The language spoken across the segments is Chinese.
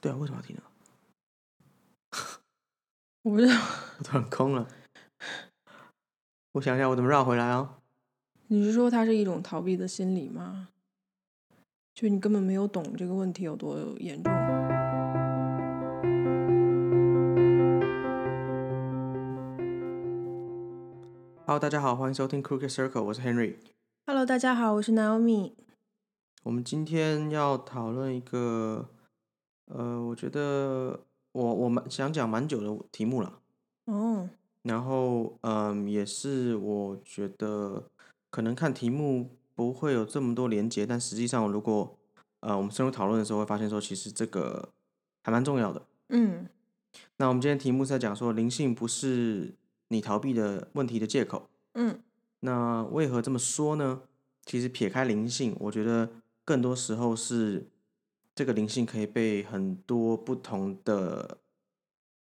对啊，为什么要停了？我不知道， 我突然空了。我想一下，我怎么绕回来啊？你是说它是一种逃避的心理吗？就你根本没有懂这个问题有多严重。 Hello，大家好，欢迎收听 Crooked Circle，我是 Henry。 Hello，大家好，我是 Naomi。我们今天要讨论一个，呃，我觉得我我蛮想讲蛮久的题目了。哦，然后，嗯，也是我觉得可能看题目不会有这么多连结，但实际上如果呃我们深入讨论的时候，会发现说其实这个还蛮重要的。嗯那我们今天题目是在讲说灵性不是你逃避的问题的借口。嗯那为何这么说呢？其实撇开灵性，我觉得更多时候是这个灵性可以被很多不同的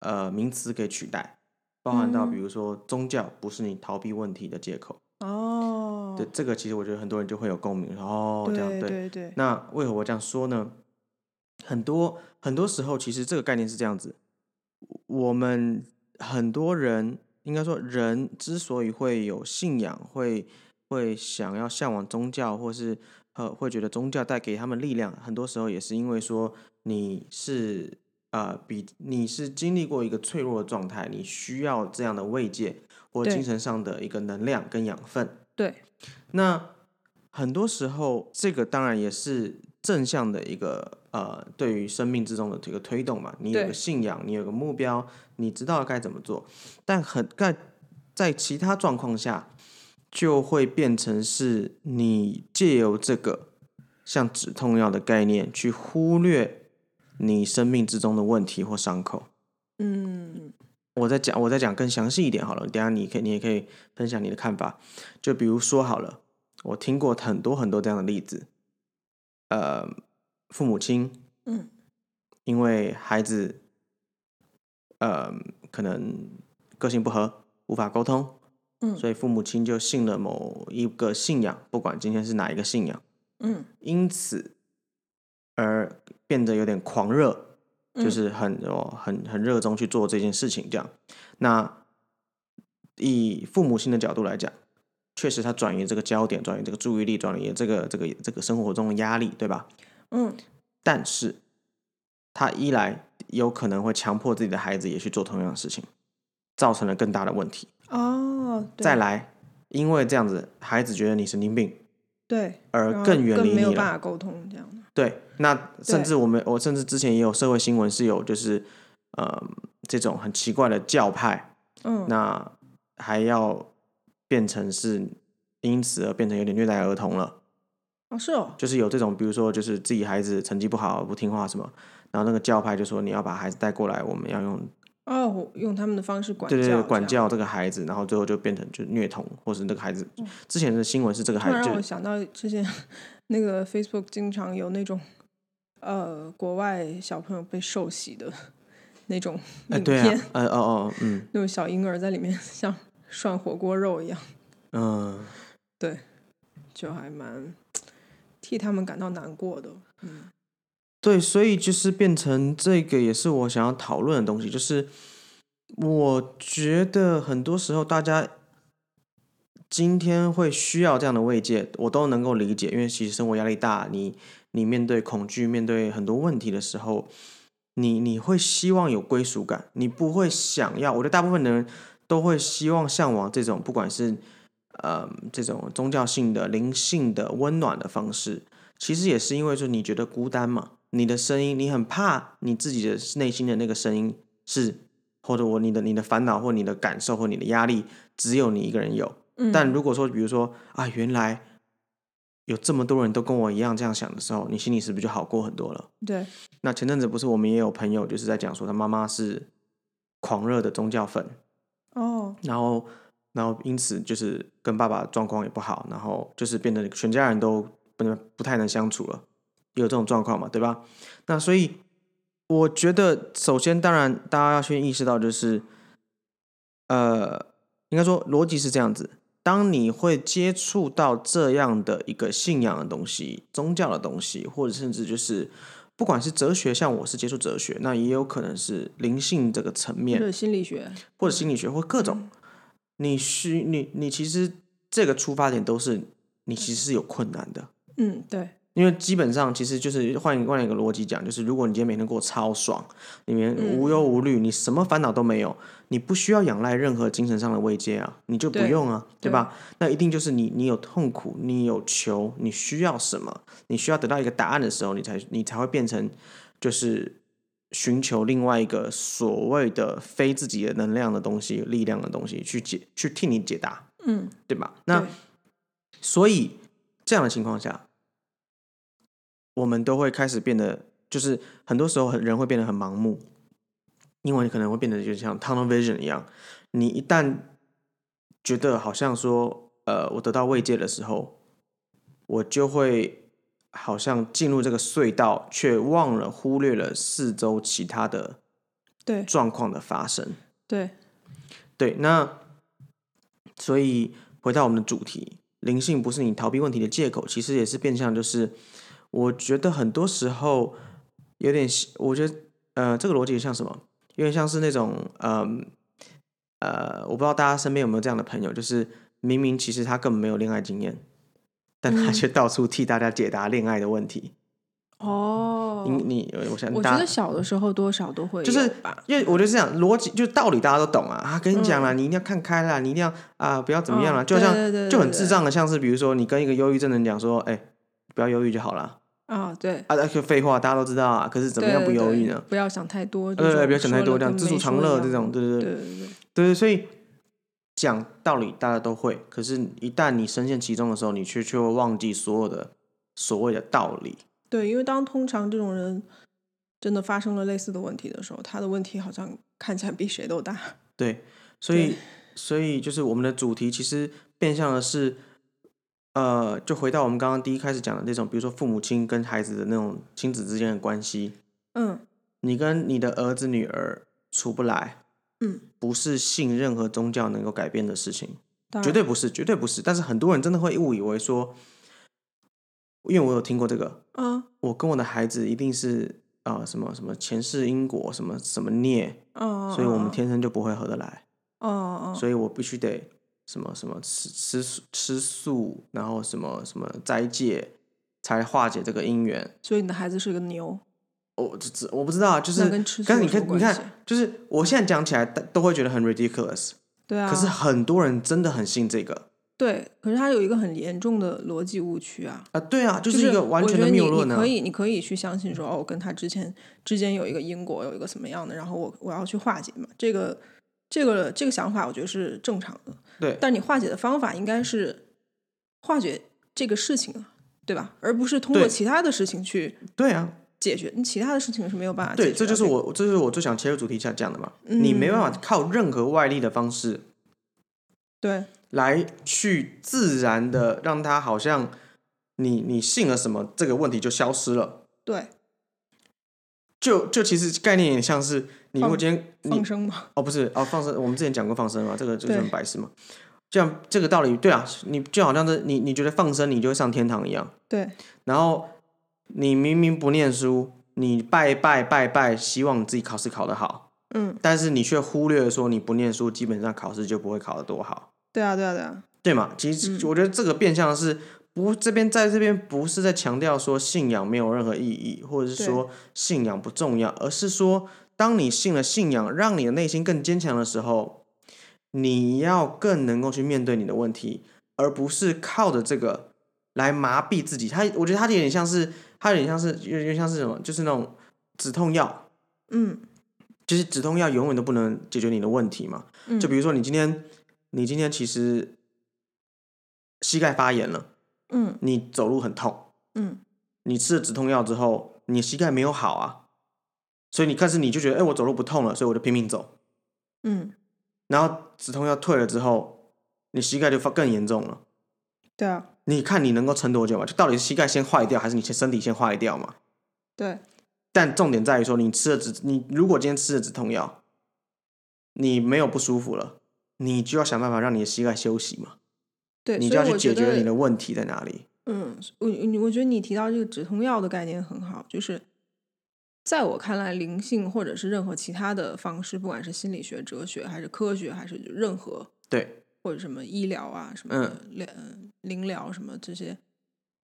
呃名词给取代，包含到比嗯如说宗教不是你逃避问题的借口。哦，对，这个其实我觉得很多人就会有共鸣。哦，这样对对对，那为何我这样说呢？很多很多时候，其实这个概念是这样子：我们很多人应该说，人之所以会有信仰，会会想要向往宗教，或是呃会觉得宗教带给他们力量，很多时候也是因为说你是呃比你是经历过一个脆弱的状态，你需要这样的慰藉或对精神上的一个能量跟养分。对那很多时候，这个当然也是正向的一个呃，对于生命之中的这个推动嘛。你有对个信仰，你有个目标，你知道该怎么做。但很在在其他状况下，就会变成是你借由这个像止痛药的概念，去忽略你生命之中的问题或伤口。嗯我再讲，我再讲更详细一点好了。等一下你可以，你也可以分享你的看法。就比如说好了，我听过很多很多这样的例子，呃，父母亲嗯因为孩子，呃，可能个性不合，无法沟通，嗯所以父母亲就信了某一个信仰，不管今天是哪一个信仰，嗯，因此而变得有点狂热，就嗯是很哦很很热衷去做这件事情这样。那以父母亲的角度来讲，确实他转移这个焦点，转移这个注意力，转移这个这个这个生活中的压力，对吧？嗯但是他一来有可能会强迫自己的孩子也去做同样的事情，造成了更大的问题。哦，对再来，因为这样子，孩子觉得你神经病，对，而然后更远离啊没有你办了。法沟通这样的，对，那甚对至我们我甚至之前也有社会新闻是有就是，呃，这种很奇怪的教派，嗯，那还要变成是因此而变成有点虐待儿童了，哦是哦，就是有这种，比如说就是自己孩子成绩不好、不听话什么，然后那个教派就说你要把孩子带过来，我们要用哦，用他们的方式管教，对对对管这样，嗯教这个孩子，然后最后就变成就虐童，或是那个孩子之前的新闻是这个突孩然子让我就想到之前那个 Facebook 经常有那种呃国外小朋友被受洗的那种哎影对片，啊，呃哦哦嗯那种小婴儿在里面 像涮火锅肉一样，嗯，就还蛮替他们感到难过的。对，所以就是变成这个也是我想要讨论的东西，就是我觉得很多时候大家今天会需要这样的慰藉，我都能够理解，因为其实生活压力大，你你面对恐惧、面对很多问题的时候，你你会希望有归属感，你不会想要，我觉得大部分的人都会希望向往这种不管是呃这种宗教性的、灵性的、温暖的方式，其实也是因为说你觉得孤单嘛，你的声音，你很怕你自己的内心的那个声音是，或者我你的你的烦恼或你的感受或你的压力，只有你一个人有。嗯，但如果说，比如说啊，原来有这么多人都跟我一样这样想的时候，你心里是不是就好过很多了？对，那前阵子不是我们也有朋友就是在讲说，他妈妈是狂热的宗教粉，哦，然后然后因此就是跟爸爸状况也不好，然后就是变得全家人都不能不太能相处了，也有这种状况嘛，对吧？那所以我觉得，首先当然大家要先意识到，就是呃，应该说逻辑是这样子。当你会接触到这样的一个信仰的东西、宗教的东西，或者甚至就是不管是哲学，像我是接触哲学，那也有可能是灵性这个层或面，者心理学，或者心理学或各种，你需你你其实这个出发点都是你其实是有困难的，嗯，对，因为基本上其实就是换一换一个逻辑讲，就是如果你今天每天过超爽，里面嗯无忧无虑，你什么烦恼都没有，你不需要仰赖任何精神上的慰藉啊，你就不对用啊，对吧？那一定就是你你有痛苦，你有求，你需要什么，你需要得到一个答案的时候，你才你才会变成就是寻求另外一个所谓的非自己的能量的东西、力量的东西去解去替你解答，嗯，对吧？那对所以这样的情况下，我们都会开始变得，就是很多时候很人会变得很盲目，因为你可能会变得就像 tunnel vision 一样，你一旦觉得好像说，呃，我得到慰藉的时候，我就会好像进入这个隧道，却忘了忽略了四周其他的对状况的发生。对，对，那所以回到我们的主题，灵性不是你逃避问题的借口，其实也是变相就是，我觉得很多时候有点像，我觉得呃，这个逻辑像什么？有点像是那种嗯呃我不知道大家身边有没有这样的朋友，就是明明其实他根本没有恋爱经验，但他嗯却到处替大家解答恋爱的问题。哦，你你，呃我想我大觉家得小的时候多少都会就是有吧，因为我就是这样，逻辑就道理大家都懂啊啊，跟你讲啦，你一定要看开啦，你一定要啊、不要怎么样啦，嗯就像对对对对就很对智障的，像是比如说你跟一个忧郁症的人讲说，哎、不要忧郁就好啦。啊，对，啊，那就废话，大家都知道啊，可是怎么样对不对忧郁对呢？不要想太多，对这对，种不要想太说多，了这样跟知足没常说一乐样这种，对对对对对对，对，所以讲道理大家都会，可是一旦你深陷其中的时候，你却却会忘记所有的所谓的道理。对，因为当通常这种人真的发生了类似的问题的时候，他的问题好像看起来比谁都大。对，所以对所以就是我们的主题其实变相的是，呃，就回到我们刚刚第一开始讲的那种，比如说父母亲跟孩子的那种亲子之间的关系，嗯你跟你的儿子女儿处不来，嗯，不是信任何宗教能够改变的事情，当绝然对不是，绝对不是。但是很多人真的会误以为说，因为我有听过这个，啊我跟我的孩子一定是啊、呃什么什么前世因果，什么什么孽，啊，所以我们天生就不会合得来。哦哦，所以我必须得什么什么吃吃素吃素，然后什么什么斋戒，才化解这个因缘。所以你的孩子是个牛，我这这我不知道啊，就是那跟吃素但是你有什么看你关系看，就是我现在讲起来都都会觉得很 ridiculous，、对啊。可是很多人真的很信这个对，可是他有一个很严重的逻辑误区啊，啊，对啊，就是是一个完我全觉的得你谬论你啊可。以，你可以去相信说，哦，我跟他之前之间有一个因果，有一个什么样的，然后我我要去化解嘛。这个这个这个想法，我觉得是正常的。对但你化解的方法应该是化解这个事情啊，对吧？而不是通对过其他的事情去对啊，解决。你其他的事情是没有办法解决嗯对，的。这就是我这就是我最想切入主题下讲的嘛。你没办法靠任何外力的方式对来去自然的让它好像你你信了什么，这个问题就消失了。对就就其实概念也像是你如果放今天你放生嘛，哦不是哦放生，我们之前讲过放生嘛，这个就是对很白痴嘛。这样这个道理对啊，你就好像是你你觉得放生你就会上天堂一样，对然后你明明不念书，你拜拜拜拜，希望你自己考试考得好，嗯，但是你却忽略了说你不念书，基本上考试就不会考得多好，对啊对啊对啊，对嘛？其实我觉得这个变相是不这边在这边不是在强调说信仰没有任何意义，或者是对说信仰不重要，而是说当你信了信仰，让你的内心更坚强的时候，你要更能够去面对你的问题，而不是靠着这个来麻痹自己。他我觉得他有点像是他有点像是有有点像是什么，就是那种止痛药。嗯就是止痛药永远都不能解决你的问题嘛。嗯，就比如说你今天，你今天其实膝盖发炎了，嗯你走路很痛，嗯你吃了止痛药之后，你膝盖没有好啊，所以你但是你就觉得，哎、我走路不痛了，所以我就拼命走。嗯，然后止痛药退了之后，你膝盖就发更严重了。对啊你看你能够撑多久嘛？就到底是膝盖先坏掉，还是你先身体先坏掉嘛？对但重点在于说，你吃了止，你如果今天吃了止痛药，你没有不舒服了，你就要想办法让你的膝盖休息嘛，对，你就所要以去我觉解决得你的问题在哪里。嗯，我我我觉得你提到这个止痛药的概念很好，就是在我看来，灵性或者是任何其他的方式，不管是心理学、哲学，还是科学，还是任何对，或者什么医疗啊、什么灵灵疗什么这些，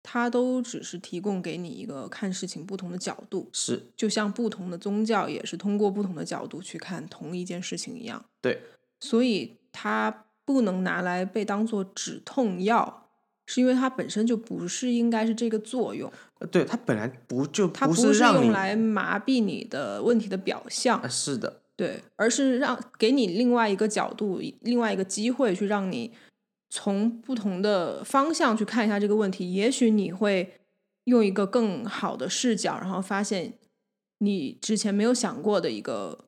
它都只是提供给你一个看事情不同的角度，是，就像不同的宗教也是通过不同的角度去看同一件事情一样。对，所以它不能拿来被当做止痛药，是因为它本身就不是应该是这个作用，呃对，它本来不就它是是让用你，来麻痹你的问题的表象啊，是的，对，而是让给你另外一个角度、另外一个机会，去让你从不同的方向去看一下这个问题。也许你会用一个更好的视角，然后发现你之前没有想过的一个，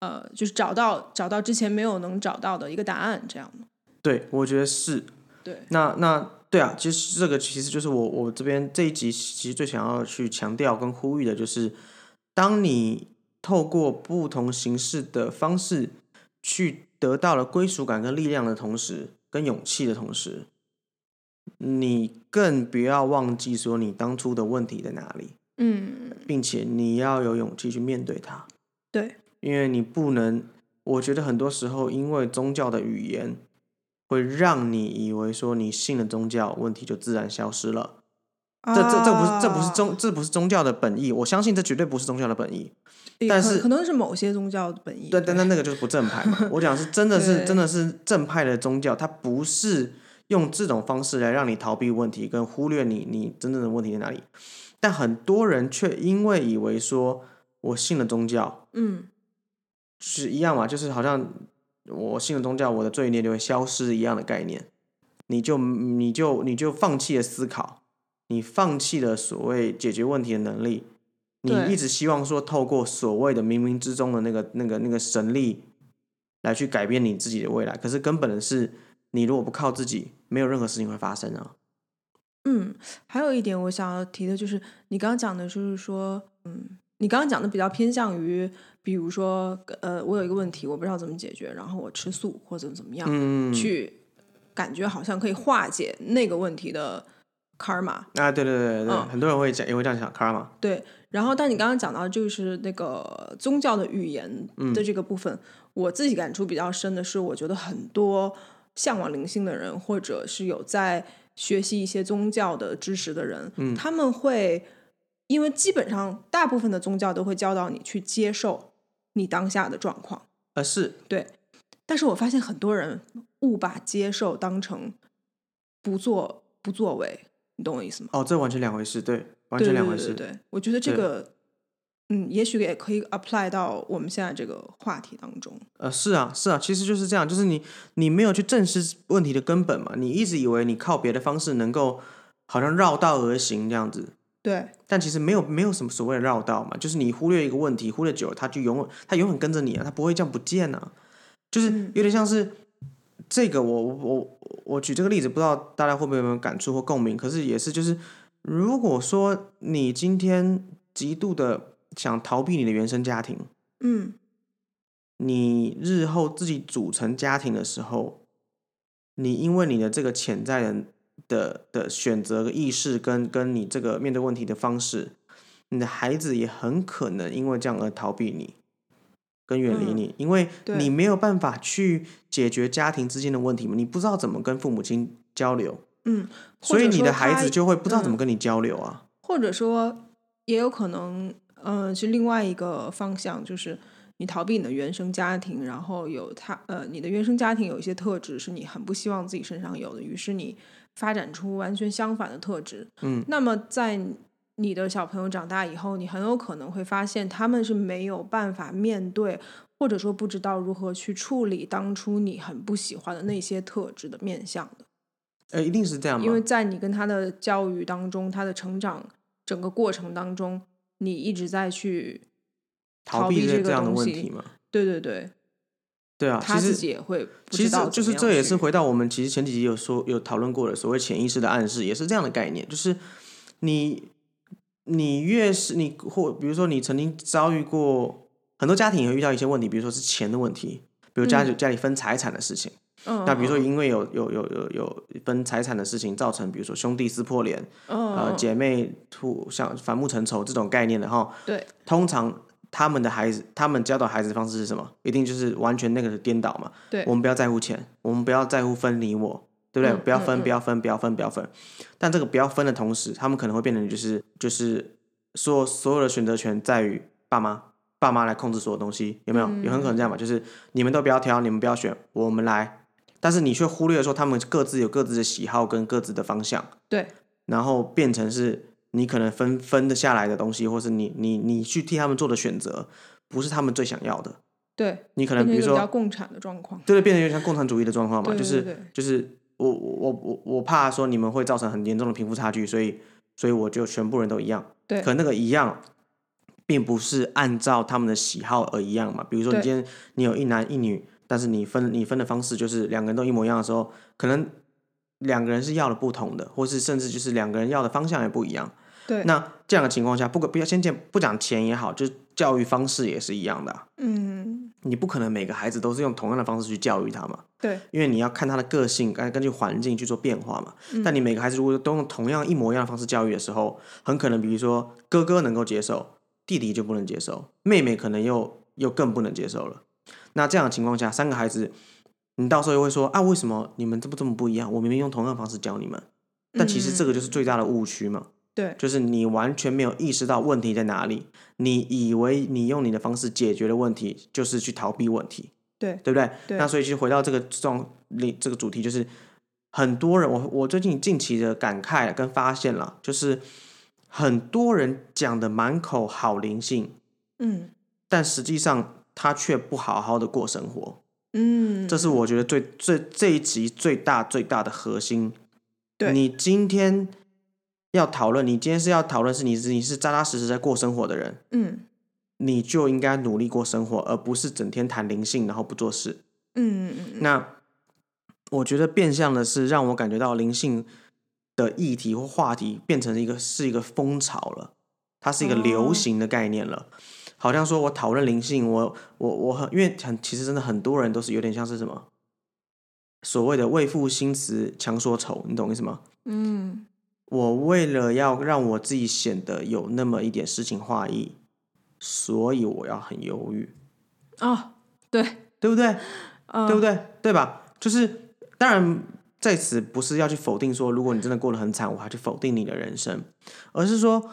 呃，就是找到找到之前没有能找到的一个答案，这样的。对，我觉得是。对，那那对啊，其实这个其实就是我我这边这一集其实最想要去强调跟呼吁的就是，当你透过不同形式的方式去得到了归属感跟力量的同时，跟勇气的同时，你更不要忘记说你当初的问题在哪里，嗯，并且你要有勇气去面对它。对，因为你不能，我觉得很多时候因为宗教的语言，会让你以为说你信了宗教，问题就自然消失了。这这这不是这不啊是宗这不是宗教的本意，我相信这绝对不是宗教的本意。也但可是可能是某些宗教的本意。对，但但那个就是不正派嘛。我讲是真的是对真的是正派的宗教，它不是用这种方式来让你逃避问题，跟忽略你你真正的问题在哪里。但很多人却因为以为说我信了宗教，嗯，是一样嘛，就是好像我信了宗教，我的罪孽就会消失一样的概念，你就你就你就放弃了思考，你放弃了所谓解决问题的能力，你对一直希望说透过所谓的冥冥之中的那个那个那个神力来去改变你自己的未来，可是根本的是你如果不靠自己，没有任何事情会发生啊。嗯，还有一点我想要提的就是，你刚刚讲的就是说，嗯，你刚刚讲的比较偏向于，比如说，呃，我有一个问题，我不知道怎么解决，然后我吃素或者怎么样，嗯，去感觉好像可以化解那个问题的 karma。啊，对对对对，嗯很多人会讲也会这样想 karma，对，然后但你刚刚讲到就是那个宗教的语言的这个部分，我自己感触比较深的是，我觉得很多向往灵性的人，或者是有在学习一些宗教的知识的人，他们会因为基本上大部分的宗教都会教导你去接受你当下的状况，呃是对。但是我发现很多人误把接受当成不作不作为，你懂我意思吗？哦，这完全两回事，对，完对全对啊两回对事，对对，我觉得这对个，嗯，也许也可以 apply 到我们现在这个话题当中。呃，是啊，是啊，其实就是这样，就是你你没有去正视问题的根本嘛，你一直以为你靠别的方式能够好像绕道而行这样子，对但其实没有没有什么所谓的绕道嘛，就是你忽略一个问题，忽略久了，它就永远它永远跟着你啊，它不会这样不见啊，就是嗯有点像是这个我，我我我我举这个例子，不知道大家会不会有没有感触或共鸣，可是也是就是，如果说你今天极度的想逃避你的原生家庭，嗯，你日后自己组成家庭的时候，你因为你的这个潜在的的的选择意识跟跟你这个面对问题的方式，你的孩子也很可能因为这样而逃避你，跟远离嗯你，因为对你没有办法去解决家庭之间的问题嘛，你不知道怎么跟父母亲交流，嗯或所以者你说的孩他子，就会不知道怎么嗯跟你交流啊。或者说也有可能，嗯、是另外一个方向，就是你逃避你的原生家庭，然后有他呃，你的原生家庭有一些特质是你很不希望自己身上有的，于是你发展出完全相反的特质。嗯，那么在你的小朋友长大以后，你很有可能会发现他们是没有办法面对，或者说不知道如何去处理当初你很不喜欢的那些特质的面相的。呃，一定是这样因为吗？在你跟他的教育当中，他的成长整个过程当中，你一直在去逃避避这这个样的东问西题嘛？对对对，对啊，他其自实己也会不其知实道就怎是么这样也是去回到我们其实前几集有说有讨论过的所谓潜意识的暗示，也是这样的概念，就是你你越是你或比如说你曾经遭遇过很多家庭也会遇到一些问题，比如说是钱的问题，比如家里、嗯家里分财产的事情，嗯那比如说，因为有有有有有分财产的事情，造成比如说兄弟撕破脸，呃，嗯，姐妹互像反目成仇这种概念的哈，对，通常他们的孩子，他们教导孩子的方式是什么？一定就是完全那个是颠倒嘛。对我们不要在乎钱，我们不要在乎分你我，对不对？嗯不要嗯分，嗯不要分，不要分，不要分。但这个不要分的同时，他们可能会变成就是就是说所有的选择权在于爸妈，爸妈来控制所有东西，有没嗯有？也很可能这样吧，就是你们都不要挑，你们不要选，我们来。但是你却忽略了说他们各自有各自的喜好跟各自的方向。对，然后变成是你可能分分得下来的东西，或是你你你去替他们做的选择，不是他们最想要的。对，你可可能比如比较说，共产的状况，对对，变成有点像共产主义的状况嘛，对就是对对就是我我我我怕说你们会造成很严重的贫富差距，所以所以我就全部人都一样。对可那个一样，并不是按照他们的喜好而一样嘛。比如说，你对今天你有一男一女，但是你分你分的方式就是两个人都一模一样的时候，可能两个人是要的不同的，或是甚至就是两个人要的方向也不一样。对那这样的情况下，不管不要先讲不讲钱也好，就是教育方式也是一样的啊、嗯，你不可能每个孩子都是用同样的方式去教育他嘛。对，因为你要看他的个性，根根据环境去做变化嘛。嗯但你每个孩子如果都用同样一模一样的方式教育的时候，很可能比如说哥哥能够接受，弟弟就不能接受，妹妹可能又又更不能接受了。那这样的情况下，三个孩子，你到时候又会说啊，为什么你们这么这么不一样？我明明用同样的方式教你们，嗯但其实这个就是最大的误区嘛。对，就是你完全没有意识到问题在哪里，你以为你用你的方式解决了问题，就是去逃避问题，对对不对？对那所以其实回到这个状里这个主题，就是很多人，我我最近近期的感慨跟发现了，就是很多人讲的满口好灵性，嗯但实际上他却不好好的过生活，嗯，这是我觉得最最这一集最大最大的核心。对你今天要讨论，你今天是要讨论是你是你是扎扎实实在过生活的人，嗯你就应该努力过生活，而不是整天谈灵性然后不做事。嗯嗯嗯，那我觉得变相的是让我感觉到灵性的议题或话题变成一个是一个风潮了，它是一个流哦行的概念了。好像说我讨论灵性，我我我很因为很其实真的很多人都是有点像是什么所谓的为赋新词强说愁，你懂我意思吗？嗯我为了要让我自己显得有那么一点诗情画意，所以我要很忧郁，哦，对，对不对？对对不？对？对吧？就是当然在此不是要去否定说，如果你真的过得很惨，我还去否定你的人生，而是说，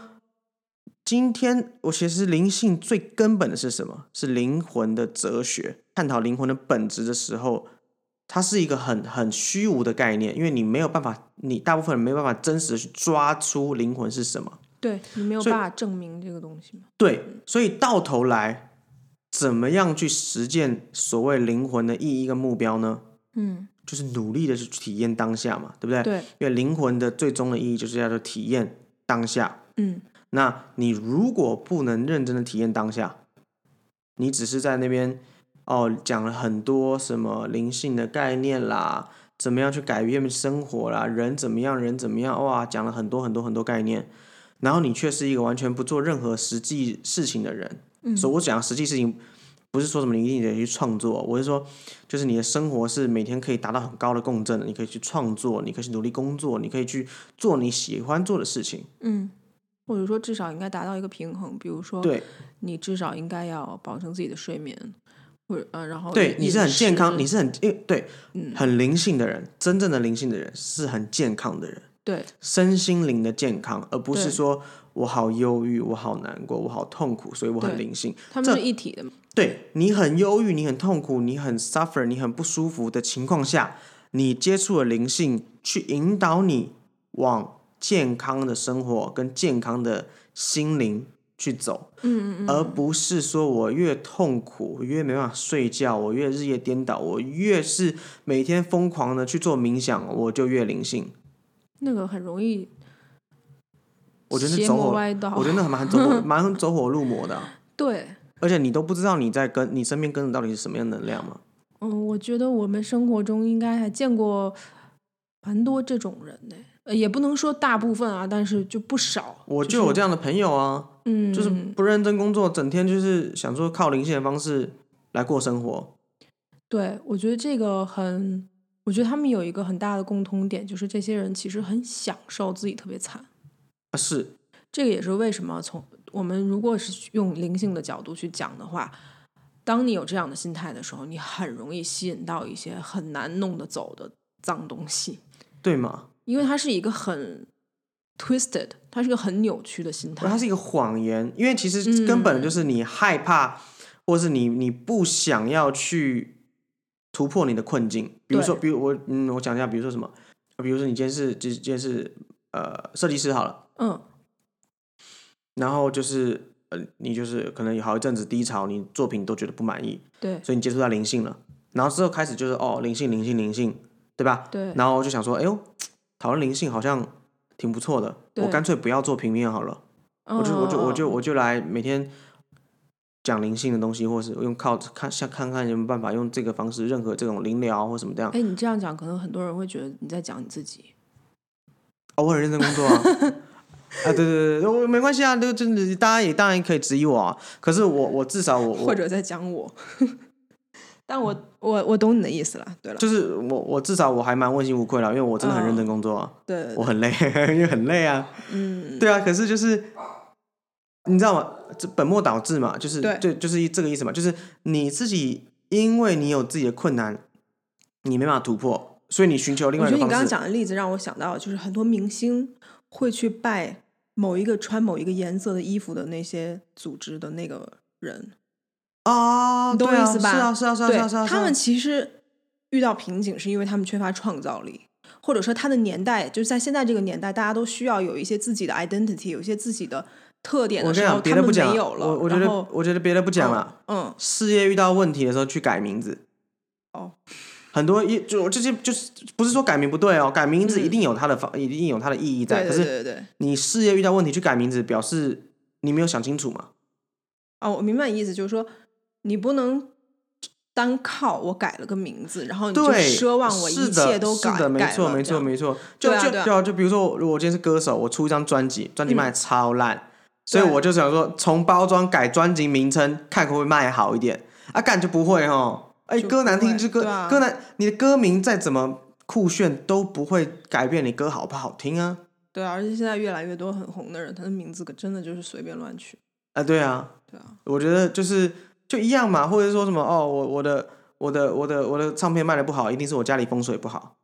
今天我其实灵性最根本的是什么？是灵魂的哲学，探讨灵魂的本质的时候。它是一个很很虚无的概念，因为你没有办法，你大部分人没有办法真实的去抓出灵魂是什么。对你没有所以办法证明这个东西嘛？对，所以到头来，怎么样去实践所谓灵魂的意义跟目标呢？嗯，就是努力的去体验当下嘛，对不对？对，因为灵魂的最终的意义就是要去体验当下。嗯那你如果不能认真的体验当下，你只是在那边哦讲了很多什么灵性的概念啦，怎么样去改变生活啦，人怎么样，人怎么样，哇，讲了很多很多很多概念，然后你却是一个完全不做任何实际事情的人。嗯，所以我讲的实际事情，不是说什么你一定得去创作，我是说，就是你的生活是每天可以达到很高的共振的，你可以去创作，你可以去努力工作，你可以去做你喜欢做的事情。嗯，或者说至少应该达到一个平衡，比如说，对你至少应该要保证自己的睡眠，或者呃，然后对饮，你是很健康，食你是很因为对嗯，很灵性的人，真正的灵性的人是很健康的人，对身心灵的健康，而不是对说我好忧郁，我好难过，我好痛苦，所以我很对灵性。他们这是一体的嘛？对你很忧郁，你很痛苦，你很 suffer，你很不舒服的情况下，你接触了灵性，去引导你往健康的生活跟健康的心灵去走，嗯嗯而不是说我越痛苦，我越没办法睡觉，我越日夜颠倒，我越是每天疯狂的去做冥想，我就越灵性。那个很容易我觉得是邪走魔火，歪道，我觉得那蛮走 火，蛮走火入魔的啊、对，而且你都不知道你在跟你身边跟的到底是什么样的能量嘛。嗯，我觉得我们生活中应该还见过蛮多这种人的，呃也不能说大部分啊，但是就不少。我就就有是这样的朋友啊，嗯，就是不认真工作，整天就是想说靠灵性的方式来过生活。对，我觉得这个很我觉得他们有一个很大的共通点，就是这些人其实很享受自己特别惨。啊，是这个也是为什么从我们如果是用灵性的角度去讲的话，当你有这样的心态的时候，你很容易吸引到一些很难弄得走的脏东西，对嘛？因为它是一个很 twisted，它是一个很扭曲的心态它。是一个谎言，因为其嗯实根本就是你害怕，或是你你不想要去突破你的困境。比如说，对比如我嗯，我讲一下，比如说什么，比如说你今天是今今天是呃设计师好了，嗯，然后就是呃你就是可能有好一阵子低潮，你作品都觉得不满意，对所以你接触到灵性了，然后之后开始就是哦灵性灵性灵性，对吧？对然后就想说，哎呦，讨论灵性好像挺不错的，我对干脆不要做平面好了。嗯我就我就我就嗯嗯我就来每天讲灵性的东西，或是用靠看像看看有没有办法用这个方式，任何这种灵疗或什么这样。哎，你这样讲，可能很多人会觉得你在讲你自己。哦，我很认真工作 啊。啊，对对对，我没关系啊，就真的，大家也当然可以质疑我啊。可是我我至少我或我者在讲我。 但我我我懂你的意思了。对了，就是我我至少我还蛮问心无愧了，因为我真的很认真工作啊，对对我很累， 因为很累啊。嗯，对啊，可是就是你知道吗？这本末倒置嘛，就是对对，就是这个意思嘛，就是你自己因为你有自己的困难，你没办法突破，所以你寻求另我外觉一得个方你刚刚式。讲的例子让我想到，就是很多明星会去拜某一个穿某一个颜色的衣服的那些组织的那个人，啊，你懂对啊我意思吧是啊，是啊，是啊，对是啊，是啊，他们其实遇到瓶颈是因为他们缺乏创造力，或者说他的年代就是在现在这个年代，大家都需要有一些自己的 identity，有一些自己的特点我跟你时候，讲，别的他不们讲没啊，有了。我我觉然得后我觉得别的不讲了，嗯，事业遇到问题的时候去改名字。哦，很多一就这些就是不是说改名不对哦，改名字嗯一定有它的方，一定有它的意义在。对对可对是对对。你事业遇到问题去改名字，表示你没有想清楚嘛？啊，我明白你意思，就是说你不能单靠我改了个名字，然后你就对，奢望我是一的切都改是的，没改错，了没这错，样没错。就对啊就对啊就比如说，我如果我今天是歌手，我出一张专辑，专辑嗯卖得超烂，所以对我就想说，从包装改专辑名称，看会不会卖好一点。啊，干就不会哦。哎，就歌不难听会就歌对啊歌难，你的歌名再怎么酷炫都不会改变你歌好不好听啊。对啊，而且现在越来越多很红的人，他的名字可真的就是随便乱取。啊，对啊，对啊，我觉得就是就一样嘛，或者说什么哦，我我的我的我的我的唱片卖的不好，一定是我家里风水不好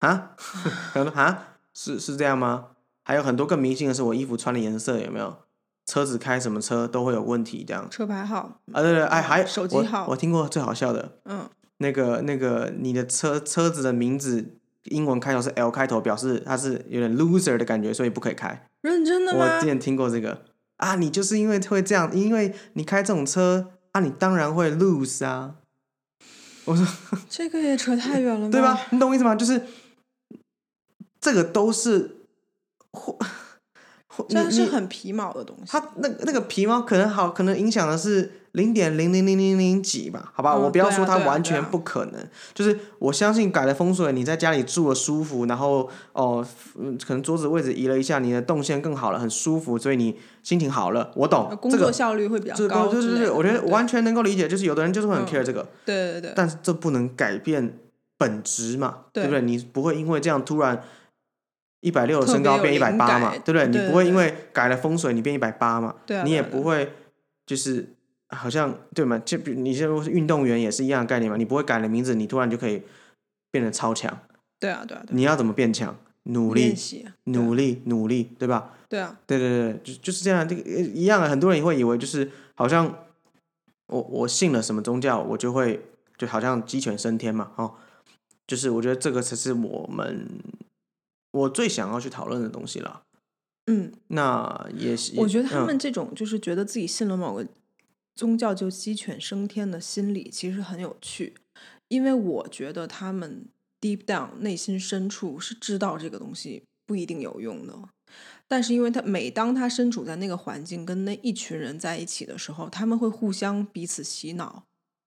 啊？ 然后说啊，是是这样吗？还有很多更迷信的是，我衣服穿的颜色有没有？车子开什么车都会有问题，这样车牌号，啊？对对，哎，还有嗯手机我号我听过最好笑的嗯，那个那个，你的车车子的名字英文开头是 L 开头，表示它是有点 loser 的感觉，所以不可以开。认真的我吗之？前听过这个啊，你就是因为会这样，因为你开这种车啊，你当然会 lose 啊，这个也扯太远了吧，对吧？你懂我意思吗？就是这个都是 或或这你是你很皮毛的东西。他那个那个皮毛可能好，可能影响的是零点零零零零零几吧，好吧，嗯我不要对啊说它对啊完对全啊不可能，就是我相信改了风水，你在家里住了舒服，然后哦、嗯可能桌子位置移了一下，你的动线更好了，很舒服，所以你心情好了，我懂工这作个。效率会比较这啊高个对之对类对，的我觉得对完全能够理解，就是有的人就是会很嗯 care 这个，对对对对但是这不能改变本质嘛，对对不对？你不会因为这样突然一百六的特身别高有变一灵百八感嘛，对不对？对你对不会对因为改了风水你变一百八嘛，对啊你对也啊对不会就是好像对嘛？就比如你现在如果是运动员也是一样的概念嘛，你不会改了名字，你突然就可以变得超强。对啊对啊对啊，你要怎么变强？努力练，习，努力，努力，对吧？对啊，对对对，就就是这样，这个呃一样啊。很多人也会以为就是好像我我信了什么宗教，我就会就好像鸡犬升天嘛，哦，就是我觉得这个才是我们我最想要去讨论的东西啦。嗯，那也是，我觉得他嗯们这种就是觉得自己信了某个宗教就鸡犬升天的心理，其实很有趣，因为我觉得他们 deep down 内心深处是知道这个东西不一定有用的，但是因为他每当他身处在那个环境跟那一群人在一起的时候，他们会互相彼此洗脑，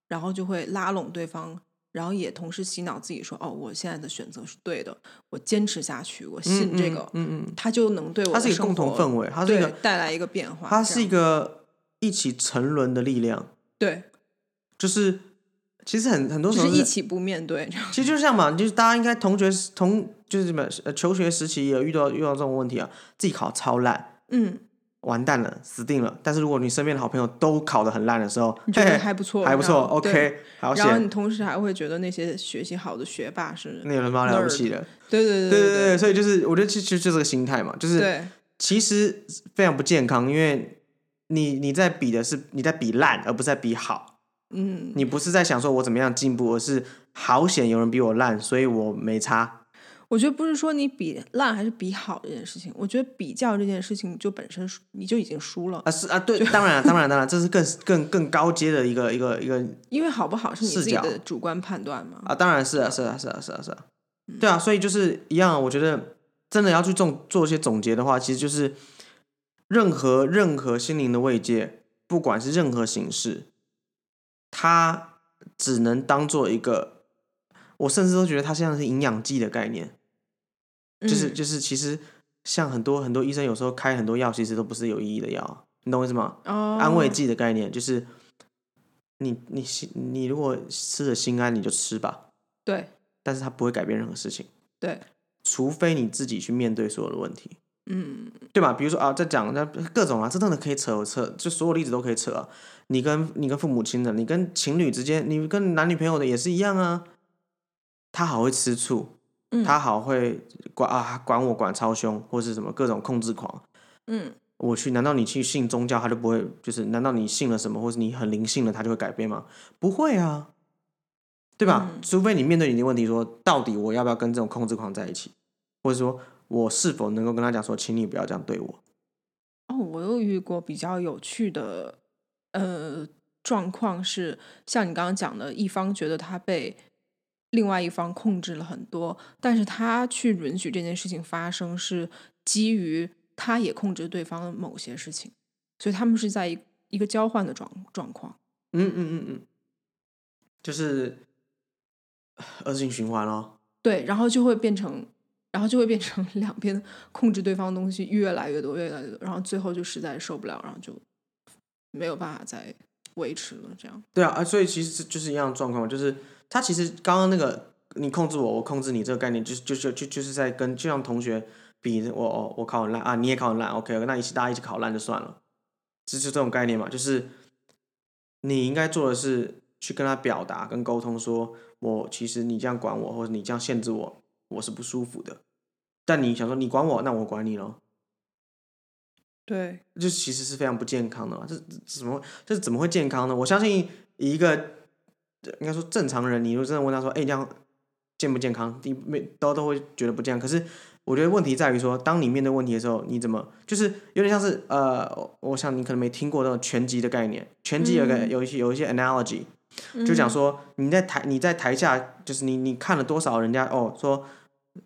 然后就会拉拢对方。然后也同时洗脑自己说：“哦，我现在的选择是对的，我坚持下去，我嗯信这个，嗯嗯嗯，他就能对我它的是一个生共同活氛围，它是一对个带来一个变化，它这是一样个一起沉沦的力量，对就是其实很很多就时候是一起不面对。其实就像嘛，就是大家应该同学同就是什么呃求学时期也有遇到遇到这种问题啊，自己考超烂，嗯，完蛋了，死定了。但是如果你身边的好朋友都考得很烂的时候，你觉得嘿还不错，还不错然后对，OK，好然后险，你同时还会觉得那些学习好的学霸是，那有人妈了不起的，对对对嗯对对对，所以就是我觉得其实就这个心态嘛，就是对其实非常不健康，因为你你在比的是你在比烂，而不是在比好，嗯，你不是在想说我怎么样进步，而是好险有人比我烂，所以我没差。我觉得不是说你比烂还是比好这件事情，我觉得比较这件事情就本身输你就已经输了，啊，是啊，对，当然、啊，当然，当然，这是更更更高阶的一个一个一个因为好不好是你视自己角的主观判断嘛。啊，当然是啊，是啊，是啊，是啊，是啊，对啊，所以就是一样，我觉得真的要去总做一些总结的话，其实就是任何任何心灵的慰藉，不管是任何形式，它只能当做一个，我甚至都觉得它像是营养剂的概念，呃就是嗯就是其实像很多很多医生有时候开很多药，其实都不是有意义的药，啊你懂我意思吗？哦，安慰剂的概念，就是你你心你如果吃了心安，你就吃吧，对但是它不会改变任何事情，对，除非你自己去面对所有的问题，嗯对吧？比如说啊，在讲那各种啊，这真的可以扯扯，就所有例子都可以扯啊。你跟你跟父母亲的，你跟情侣之间，你跟男女朋友的也是一样啊。他好会吃醋，嗯，他好会管啊管我管超凶，或是什么各种控制狂。嗯我去，难道你去信宗教，他就不会？就是难道你信了什么，或是你很灵性了，他就会改变吗？不会啊，对吧？嗯除非你面对你的问题说，到底我要不要跟这种控制狂在一起，或者说我是否能够跟他讲说，请你不要这样对我。哦，我又遇过比较有趣的呃状况是，像你刚刚讲的，一方觉得他被另外一方控制了很多，但是他去允许这件事情发生，是基于他也控制对方的某些事情，所以他们是在一一个交换的状状况。嗯嗯嗯嗯，就是恶性循环咯。对，然后就会变成，然后就会变成 两边控制对方的东西越来越多，越来越多，然后最后就实在受不了，然后就没有办法再维持了。这样，对啊，啊，所以其实就是一样的状况嘛，就是他其实刚刚那个你控制我，我控制你这个概念，就是就是就就是在跟就像同学比，我我我考很烂啊，你也考很烂，OK，那一起大家一起考烂就算了，这就这种概念嘛，就是你应该做的是去跟他表达跟沟通说，我其实你这样管我，或者你这样限制我，我是不舒服的。但你想说你管我，那我管你咯，对，就其实是非常不健康的嘛。这这这怎么这怎么会健康呢？我相信以一个呃应该说正常人，你如果真的问他说：“哎、你这样健不健康？”你没都都会觉得不健康。可是我觉得问题在于说，当你面对问题的时候，你怎么就是有点像是呃，我我想你可能没听过那种拳击的概念。拳击有个、嗯有一些有一些 analogy，就讲嗯说你在台你在台下，就是你你看了多少人家哦说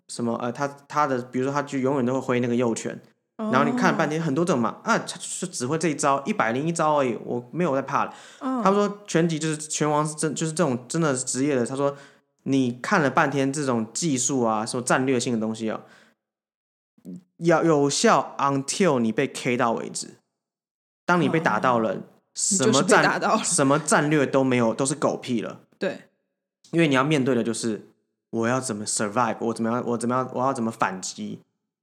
什么呃他他的比如说他就永远都会挥那个右拳，哦然后你看了半天很多种嘛啊他就只会这一招一百零一招而已，我没有在怕了。哦，他们说拳击就是拳王是真就是这种真的职业的，他说你看了半天这种技术啊什么战略性的东西啊，要有效 until 你被 K 到为止。当你被打到了，哦你什就么是被战打 到了，什么战略都没有，都是狗屁了。对，因为你要面对的就是我要怎么 survive，我怎么样，我怎么样，我要怎么反击，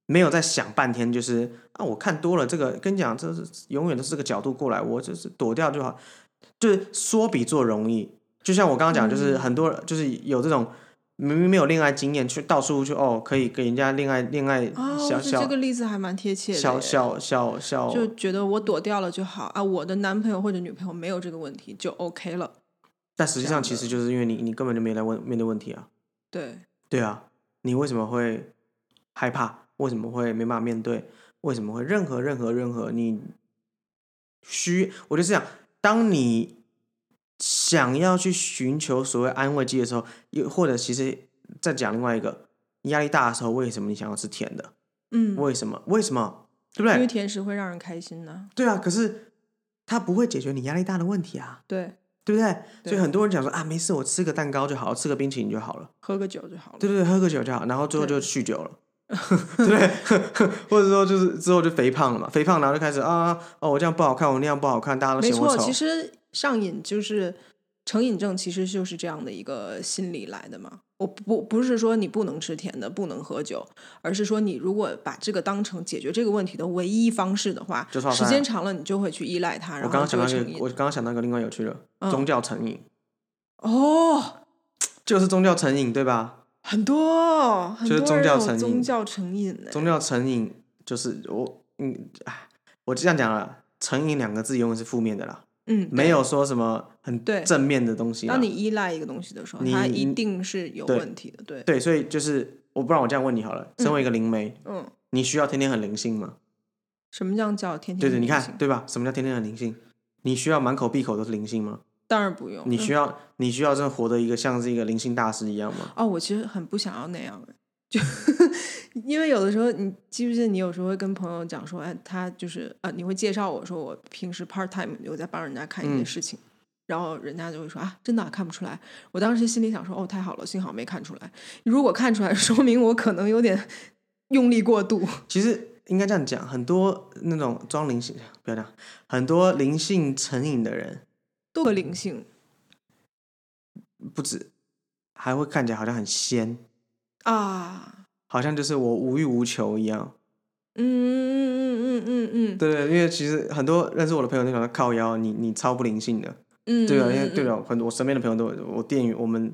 没有在想半天，就是啊，我看多了这个，跟你讲，这是永远都是这个角度过来，我就是躲掉就好，就是说比做容易。就像我刚刚讲，就是嗯很多人就是有这种明明没有恋爱经验，去到处去哦，可以给人家恋爱恋爱哦，小我觉得小这个例子还蛮贴切的耶，小小小小，就觉得我躲掉了就好啊，我的男朋友或者女朋友没有这个问题就 OK 了，但实际上这其样的实就是因为你你根本就没来问面对问题啊。对，对啊，你为什么会害怕？为什么会没办法面对？为什么会任何任何任何你需？我就是想，当你想要去寻求所谓安慰剂的时候，又或者其实再讲另外一个，压力大的时候，为什么你想要吃甜的？嗯，为什么？为什么？对不因为对？甜食会让人开心呢、对啊，可是它不会解决你压力大的问题啊，对，对不对？对所以很多人讲说啊，没事，我吃个蛋糕就好，吃个冰淇淋就好了。喝个酒就好了，对对，对喝个酒就好，然后最后就对酗酒了， 对不对？ 或者说就是之后就肥胖了嘛，肥胖然后就开始啊，哦，我这样不好看，我那样不好看，大家都没嫌我错，丑其。实上瘾就是成瘾症其实就是这样的一个心理来的嘛。我不不是说你不能吃甜的，不能喝酒，而是说你如果把这个当成解决这个问题的唯一方式的话就，套时餐间长了你就会去依赖它，我然刚刚后想到就会一成个，瘾我。刚刚想到一个另外有趣的、嗯宗教成瘾，哦，就是宗教成瘾对吧？很多很就是多宗人教有成瘾宗教成瘾呢。宗教成瘾就是我嗯，哎，我这样讲了，成瘾两个字永远是负面的啦，嗯，没有说什么很对正面的东西啦。当你依赖一个东西的时候，你它一定是有对问题的。对，对，所以就是我不然我这样问你好了，身为一个灵媒，嗯，你需要天天很灵性吗？什么叫叫天对天对，灵你看性？对吧？什么叫天天很灵性？你需要满口闭口都是灵性吗？当然不用。你需嗯要你需要真的活得一个像是一个灵性大师一样吗？哦，我其实很不想要那样，就因为有的时候，你记不记得你有时候会跟朋友讲说，哎，他就是啊、你会介绍我说我平时 part time 有在帮人家看一些嗯事情。然后人家就会说啊，真的啊、看不出来。我当时心里想说，哦，太好了，幸好没看出来。如果看出来， 说明我可能有点用力过度。其实应该这样讲，很多那种装灵性，不要讲，很多灵性成瘾的人多个灵性不止，还会看起来好像很仙，啊，好像就是我无欲无求一样。嗯嗯嗯嗯嗯嗯，对对，因为其实很多认识我的朋友都想说靠腰，你你超不灵性的。嗯，对啊，嗯因为嗯对嗯啊，很多我身边的朋友都，我店员我们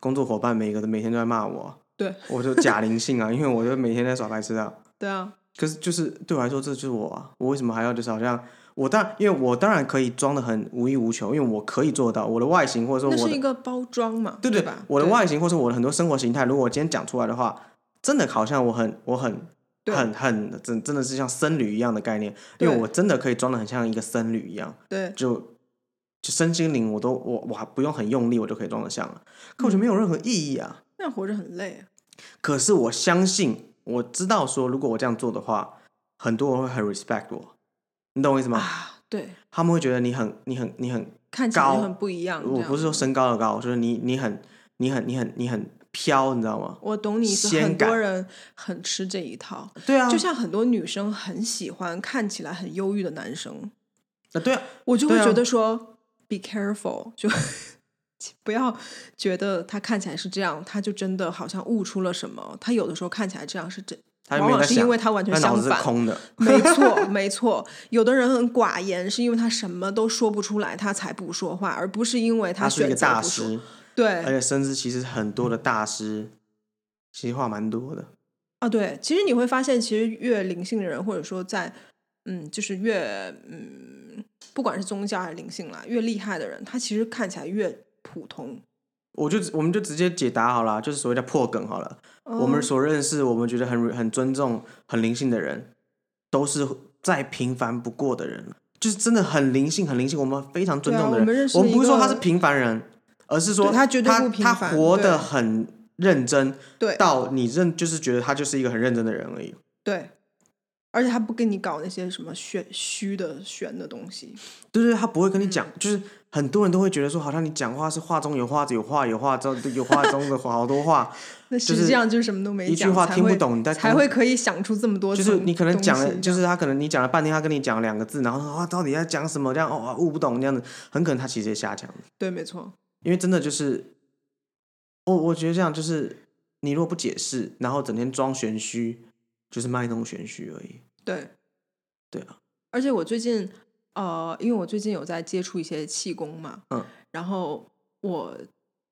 工作伙伴每一个都每天都在骂我，对，我就假灵性啊，因为我就每天在耍白痴啊。对啊，可是就是对我来说，这就是我啊，我为什么还要就是好像我当因为我当然可以装的很无欲无求，因为我可以做到我的外形或者说那我是的一个包装嘛，对对对吧？我的对外形或者我的很多生活形态，如果我今天讲出来的话，真的好像我很我很对很很真真的是像僧侣一样的概念，因为对我真的可以装的很像一个僧侣一样。对就就身心灵我都我我还不用很用力，我就可以装得像了。可我觉得没有任何意义啊。那样活着很累啊，可是我相信，我知道说，如果我这样做的话，很多人会很 respect 我，你懂我意思吗？啊对，他们会觉得你很你很你很，看起来就高很不一样。这我样不是说身高的高，我说你你很你很你很你很飘，你知道吗？我懂你意思，仙很多感人很吃这一套，对啊，就像很多女生很喜欢看起来很忧郁的男生，啊对啊，我就会对啊觉得说、be careful，就 不要觉得他看起来是这样，他就真的好像悟出了什么。他有的时候看起来这样是真，他往没有往在是因想为他完全他脑相子是反，空的。没错，没错。有的人很寡言，是因为他什么都说不出来，他才不说话，而不是因为他是一选个择大不说。师，而对且甚至其实很多的大师，其实话蛮多的。啊，对。其实你会发现，其实越灵性的人，或者说在嗯，就是越嗯，不管是宗教还是灵性啦，越厉害的人，他其实看起来越普通。我就我们就直接解答好了，啊就是所谓的破梗好了。我们嗯所认识，我们觉得很很尊重、很灵性的人，都是再平凡不过的人，就是真的很灵性、很灵性，我们非常尊重的对啊我们人。认识我们不是说一个他是平凡人，而是说对他绝对他不平他凡活对得很认真，嗯对到你认就是觉得他就是一个很认真的人而已。对，而且他不跟你搞那些什么玄虚的玄的东西。对对，他不会跟你嗯讲，就是很多人都会觉得说，好像你讲话是话中有话，有话有话中有话中的好多话，那就实是际上就是什么都没讲，一句话才听不会懂你在才跟会可以想出这么多就层是东你西这样。可能讲了，就是他可能你讲了半天，他跟你讲了两个字，然后说啊到底在讲什么这样哦啊悟不懂这样子，很可能他其实也瞎讲的，对，没错，因为真的就是，我我觉得这样就是你如果不解释，然后整天装玄虚，就是卖弄玄虚而已。对对啊。而且我最近呃，因为我最近有在接触一些气功嘛，嗯，然后我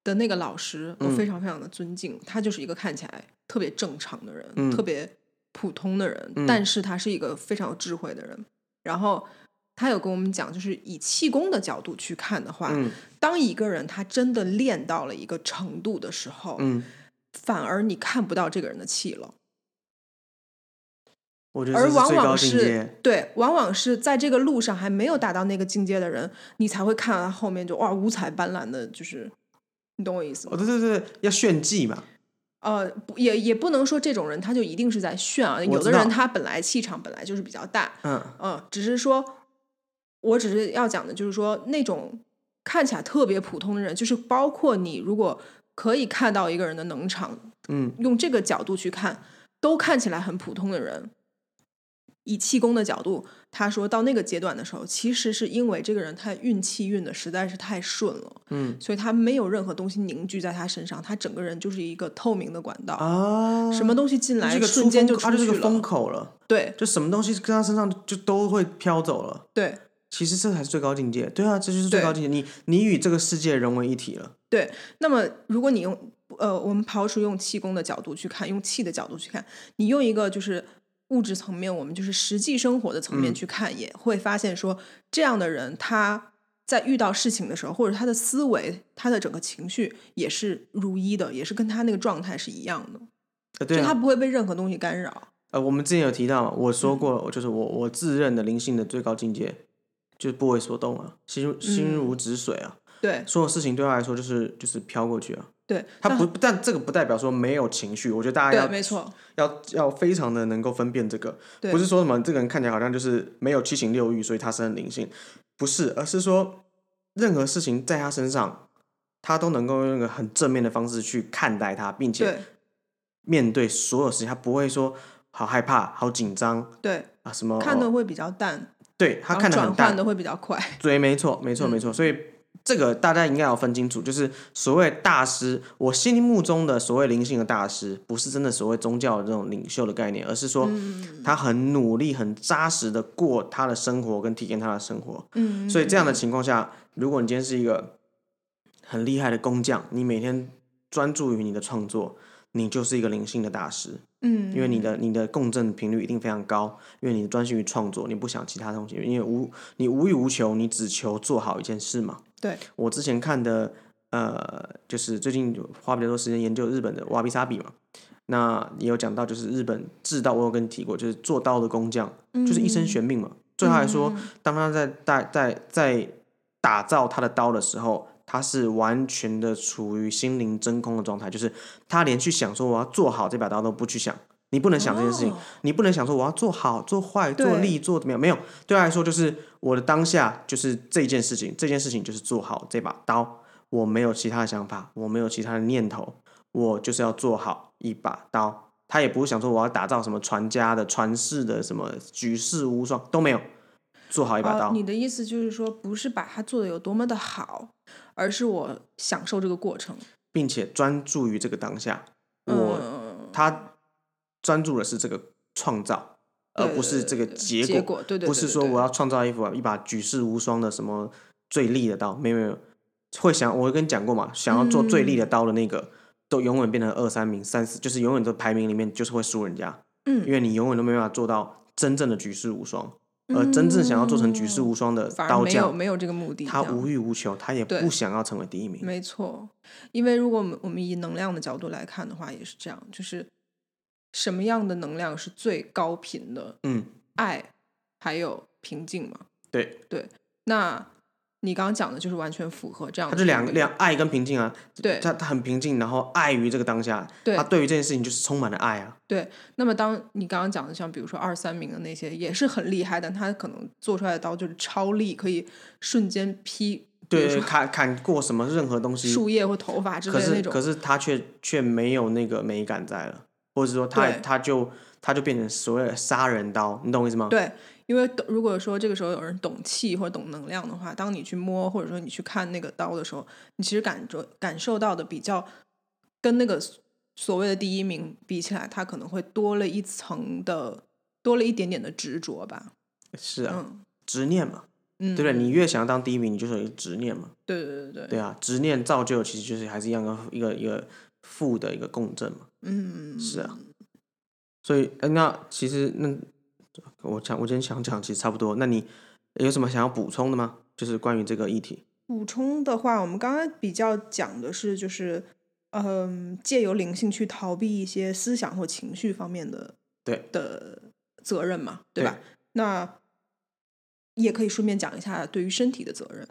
的那个老师，我嗯非常非常的尊敬，他就是一个看起来特别正常的人，嗯特别普通的人，嗯但是他是一个非常有智慧的人。然后他有跟我们讲，就是以气功的角度去看的话，嗯当一个人他真的练到了一个程度的时候，嗯，反而你看不到这个人的气了。我觉得而这是往最高往境是界。对，往往是在这个路上还没有达到那个境界的人，你才会看到后面就哇五彩斑斓的，就是你懂我意思哦吗？对对对，要炫技嘛，呃，不也也不能说这种人他就一定是在炫啊，有知的人道他本来气场本来就是比较大，嗯嗯，只是说，我只是要讲的就是说，那种看起来特别普通的人，就是包括你，如果可以看到一个人的能场，嗯，用这个角度去看，都看起来很普通的人，以气功的角度，他说到那个阶段的时候，其实是因为这个人他运气运的实在是太顺了，嗯所以他没有任何东西凝聚在他身上，他整个人就是一个透明的管道，啊，什么东西进来这个瞬间就出它就去是个风了。口了，对就什么东西跟他身上就都会飘走了。对其实这才是最高境界，对啊，这就是最对高境界。你你与这个世界融为一体了，对，那么如果你用呃，我们刨除用气功的角度去看，用气的角度去看，你用一个就是物质层面，我们就是实际生活的层嗯面去看，也会发现说，这样的人他在遇到事情的时候，或者他的思维、他的整个情绪也是如一的，也是跟他那个状态是一样的，呃，对就啊，他不会被任何东西干扰。呃，我们之前有提到嘛，我嗯说过，我就是我我自认的灵性的最高境界，就是不为所动啊，心如心嗯如止水啊，对所有事情对他来说就是就是飘过去啊。对，他那不，但这个不代表说没有情绪，我觉得大家对，要没错，要要非常的能够分辨这个，对不是说什么这个人看起来好像就是没有七情六欲，所以他是很灵性，不是，而是说任何事情在他身上，他都能够用一个很正面的方式去看待它，并且对面对所有事情，他不会说好害怕、好紧张对，啊什么，看的会比较淡，对他然后看的转很换淡，的会比嗯较快。对，没错，没错，没错。所以这个大家应该要分清楚，就是所谓大师，我心目中的所谓灵性的大师，不是真的所谓宗教的这种领袖的概念，而是嗯说他很努力、很扎实的过他的生活，跟体验他的生活。嗯，所以这样的情况下，如果你今天是一个很厉害的工匠，你每天专注于你的创作。你就是一个灵性的大师，嗯，因为你的你的共振频率一定非常高，因为你专心于创作，你不想其他东西，因为无你无欲无求，你只求做好一件事嘛。对我之前看的，呃，就是最近花比较多时间研究日本的瓦比萨比嘛，那也有讲到，就是日本制刀，我有跟你提过，就是做刀的工匠，就是一生嗯悬命嘛。对他来说，当他在在在在打造他的刀的时候，他是完全的处于心灵真空的状态，就是他连去想说我要做好这把刀都不去想，你不能想这件事情，哦你不能想说我要做好、做坏、做对利、做怎么样，没有，对他来说就是我的当下就是这件事情，这件事情就是做好这把刀，我没有其他的想法，我没有其他的念头，我就是要做好一把刀。他也不是想说我要打造什么传家的、传世的、什么举世无双都没有，做好一把哦刀。你的意思就是说，不是把它做的有多么的好，而是我享受这个过程。并且专注于这个当下。我、嗯，他专注的是这个创造，而对不是对这个对结结果对对对不是说我要创造一把一把举世无双的什么最利的刀，没有没有，会想我跟你讲过嘛，想要做最利嗯的刀的那个，都永远变成二三名、三四，就是永远都排名里面就是会输人家，因嗯，为你永远都没办法做到真正的举世无双。而真正想要做成举世无双的嗯反而刀没有匠，没有这个目的，他这样无欲无求，他也对不想要成为第一名。没错，因为如果我们我们以能量的角度来看的话，也是这样，就是什么样的能量是最高频的？嗯，爱还有平静嘛？对，对，那你刚刚讲的就是完全符合这样他的就一两个两爱跟平静啊，对他他很平静，然后爱于这个当下，对他对于这件事情就是充满了爱啊。对，那么当你刚刚讲的，像比如说二三名的那些也是很厉害，但他可能做出来的刀就是超力，可以瞬间劈，比如对，说砍砍过什么任何东西，树叶或头发之嗯可类的是那种。可是他却却没有那个美感在了，或者说他对他就他就变成所谓的杀人刀，你懂我意思吗？对，因为懂如果说这个时候有人懂气或者懂能量的话，当你去摸或者说你去看那个刀的时候，你其实感觉感受到的比较跟那个所所谓的第一名比起来，他可能会多了一层的，多了一点点的执着吧。是啊，嗯执念嘛，嗯，对不对？你越想要当第一名，你就是有一个执念嘛，对对对对对啊，执念造就其实就是还是一样的一个一个负的一个共振嘛。嗯，是啊，所以，呃那其实那我想我今天想讲其实差不多。那你有什么想要补充的吗？就是关于这个议题。补充的话，我们刚刚比较讲的是，就是嗯，借由灵性去逃避一些思想或情绪方面的对的责任嘛，对对吧？那也可以顺便讲一下对于身体的责任。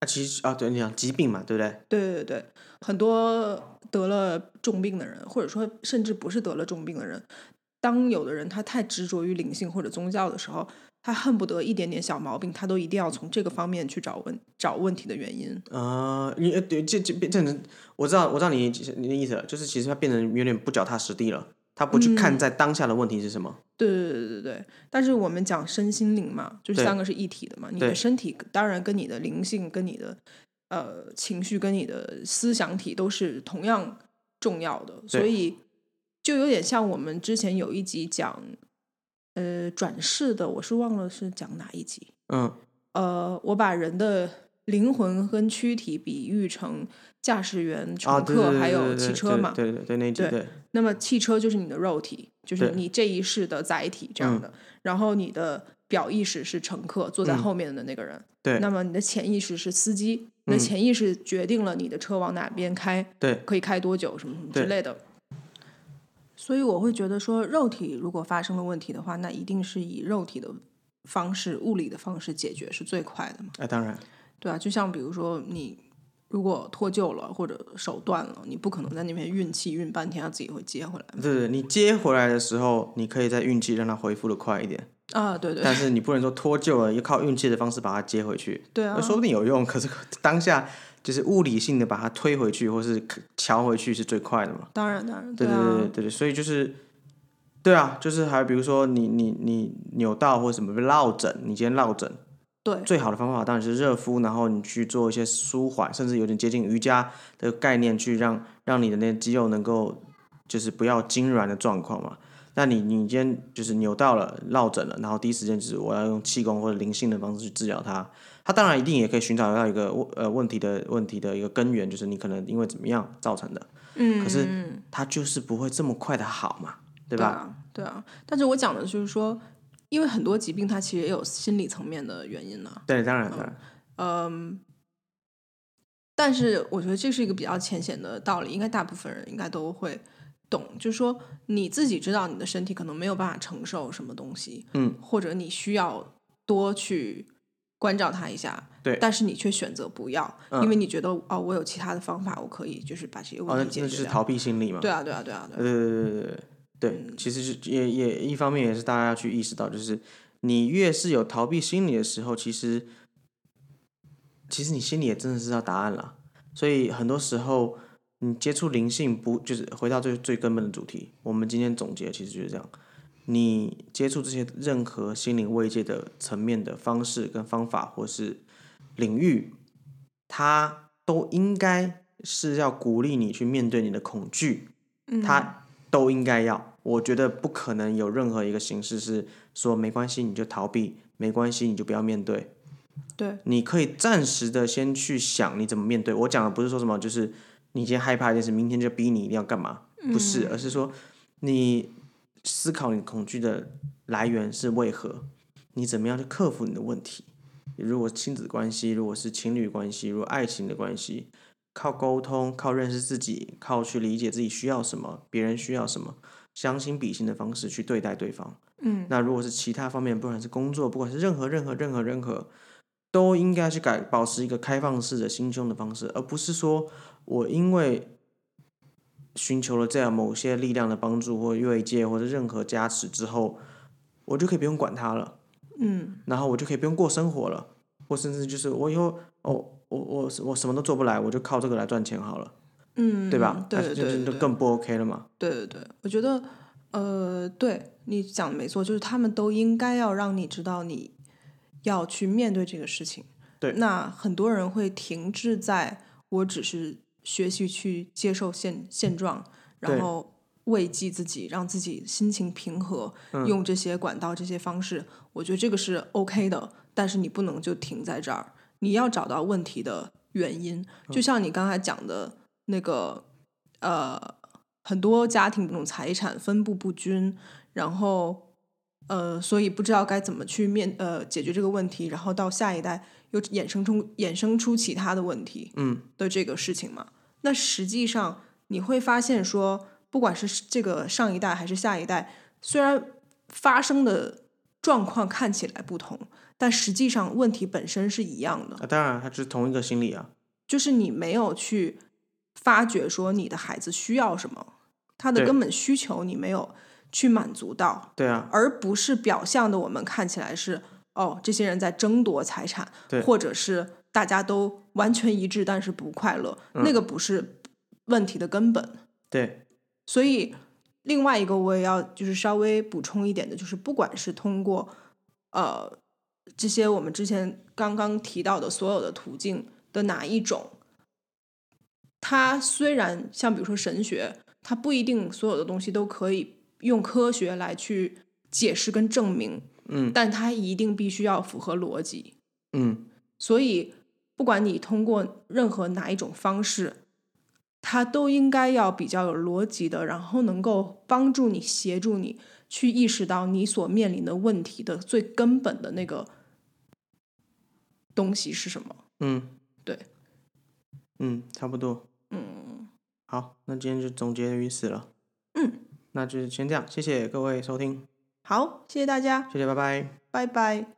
那其实啊，对你讲疾病嘛，对不对？对对对，很多得了重病的人，或者说甚至不是得了重病的人，当有的人他太执着于灵性或者宗教的时候，他恨不得一点点小毛病，他都一定要从这个方面去找问找问题的原因。啊、你呃对这这变变成我知道我知道你你的意思了，就是其实它变成有点不脚踏实地了。他不去看在当下的问题是什么。对对对对对，但是我们讲身心灵嘛，就是对三个是一体的嘛。你对的身体当然跟你的灵性、跟你的呃情绪、跟你的思想体都是同样重要的，所对以就有点像我们之前有一集讲呃转世的，我是忘了是讲哪一集。嗯呃，我把人的灵魂跟躯体比喻成驾驶员、啊，乘对客对对还有对对汽车对嘛。对对对，那一集对对那么汽车就是你的肉体，就是对你这一世的载体这样的。然后你的表意识是乘客，坐在嗯后面的那个人。对那么你的潜意识是司机，你嗯的潜意识决定了你的车往哪边开，对可以开多久，什么什么之对类的。所以我会觉得说，肉体如果发生了问题的话，那一定是以肉体的方式、物理的方式解决是最快的嘛。哎，当然，对啊，就像比如说你如果脱臼了或者手断了，你不可能在那边运气运半天，它自己会接回来嘛。对对，你接回来的时候，你可以在运气让它恢复的快一点，啊，对对但是你不能说脱臼了，要靠运气的方式把它接回去，对啊，说不定有用，可是当下就是物理性的把它推回去，或是瞧回去是最快的嘛。当然当然，对对对对啊，对对，所以就是，对啊，就是还有比如说你你你扭到或什么落枕，你今天落枕，对最好的方法当然是热敷，然后你去做一些舒缓，甚至有点接近瑜伽的概念，去让让你的那些肌肉能够就是不要痉挛的状况嘛。那你你今天就是扭到了、落枕了，然后第一时间就是我要用气功或者灵性的方式去治疗它。它当然一定也可以寻找到一个问呃问题的问题的一个根源，就是你可能因为怎么样造成的，嗯，可是嗯它就是不会这么快的好嘛，对对吧？啊对啊，但是我讲的就是说，因为很多疾病它其实也有心理层面的原因呢、对，当然当然，嗯，但是我觉得这是一个比较浅显的道理，应该大部分人应该都会懂。就是说，你自己知道你的身体可能没有办法承受什么东西，嗯，或者你需要多去关照它一下，对但是你却选择不要，嗯因为你觉得哦，我有其他的方法，我可以就是把这些哦，那问那题就解决是掉。逃呃避心理嘛。对啊，对啊，对啊，对啊，对对对对对对，其实是也也一方面也是大家要去意识到，就是你越是有逃避心理的时候，其实其实你心里也真的是知道答案了。所以很多时候你接触灵性不就是回到最最根本的主题？我们今天总结其实就是这样。你接触这些任何心灵慰藉的层面的方式跟方法，或是领域，它都应该是要鼓励你去面对你的恐惧，嗯他都应该要。我觉得不可能有任何一个形式是说没关系你就逃避，没关系你就不要面对。对，你可以暂时的先去想你怎么面对。我讲的不是说什么，就是你今天害怕一件事，明天就逼你一定要干嘛，不嗯是，而是说你思考你恐惧的来源是为何，你怎么样去克服你的问题。如果亲子关系，如果是情侣关系，如果爱情的关系，靠沟通，靠认识自己，靠去理解自己需要什么，别人需要什么，将心比心的方式去对待对方。嗯那如果是其他方面，不管是工作，不管是任何任何任何任何，都应该去改保持一个开放式的心胸的方式，而不是说我因为寻求了这样某些力量的帮助或越界或者任何加持之后，我就可以不用管它了。嗯然后我就可以不用过生活了，或甚至就是我以后哦，我我我什么都做不来，我就靠这个来赚钱好了，嗯，对吧？对那对就对就对就更不 OK 了嘛。对对对，我觉得，呃，对你讲的没错，就是他们都应该要让你知道你要去面对这个事情。对那很多人会停滞在我只是学习去接受现现状，然对后慰藉自己，让自己心情平和，嗯用这些管道、这些方式，我觉得这个是 OK 的。但是你不能就停在这儿，你要找到问题的原因。就像你刚才讲的那个，呃，很多家庭这种财产分布不均，然后呃，所以不知道该怎么去面呃解决这个问题，然后到下一代又衍生出衍生出其他的问题嗯，的这个事情嘛。那实际上你会发现说，不管是这个上一代还是下一代，虽然发生的状况看起来不同，但实际上问题本身是一样的。啊，当然，它就是同一个心理啊。就是你没有去发掘说你的孩子需要什么，他的对根本需求你没有去满足到，对啊，而不是表象的我们看起来是哦，这些人在争夺财产对，或者是大家都完全一致，但嗯是不快乐，那个不是问题的根本。对所以另外一个我也要就是稍微补充一点的，就是不管是通过呃这些我们之前刚刚提到的所有的途径的哪一种，它虽然像比如说神学，它不一定所有的东西都可以用科学来去解释跟证明，嗯但它一定必须要符合逻辑。嗯所以，不管你通过任何哪一种方式，它都应该要比较有逻辑的，然后能够帮助你、协助你去意识到你所面临的问题的最根本的那个东西是什么。嗯，对，嗯，差不多。嗯，好，那今天就总结于此了。嗯，那就先这样，谢谢各位收听，好，谢谢大家，谢谢，拜拜。拜拜。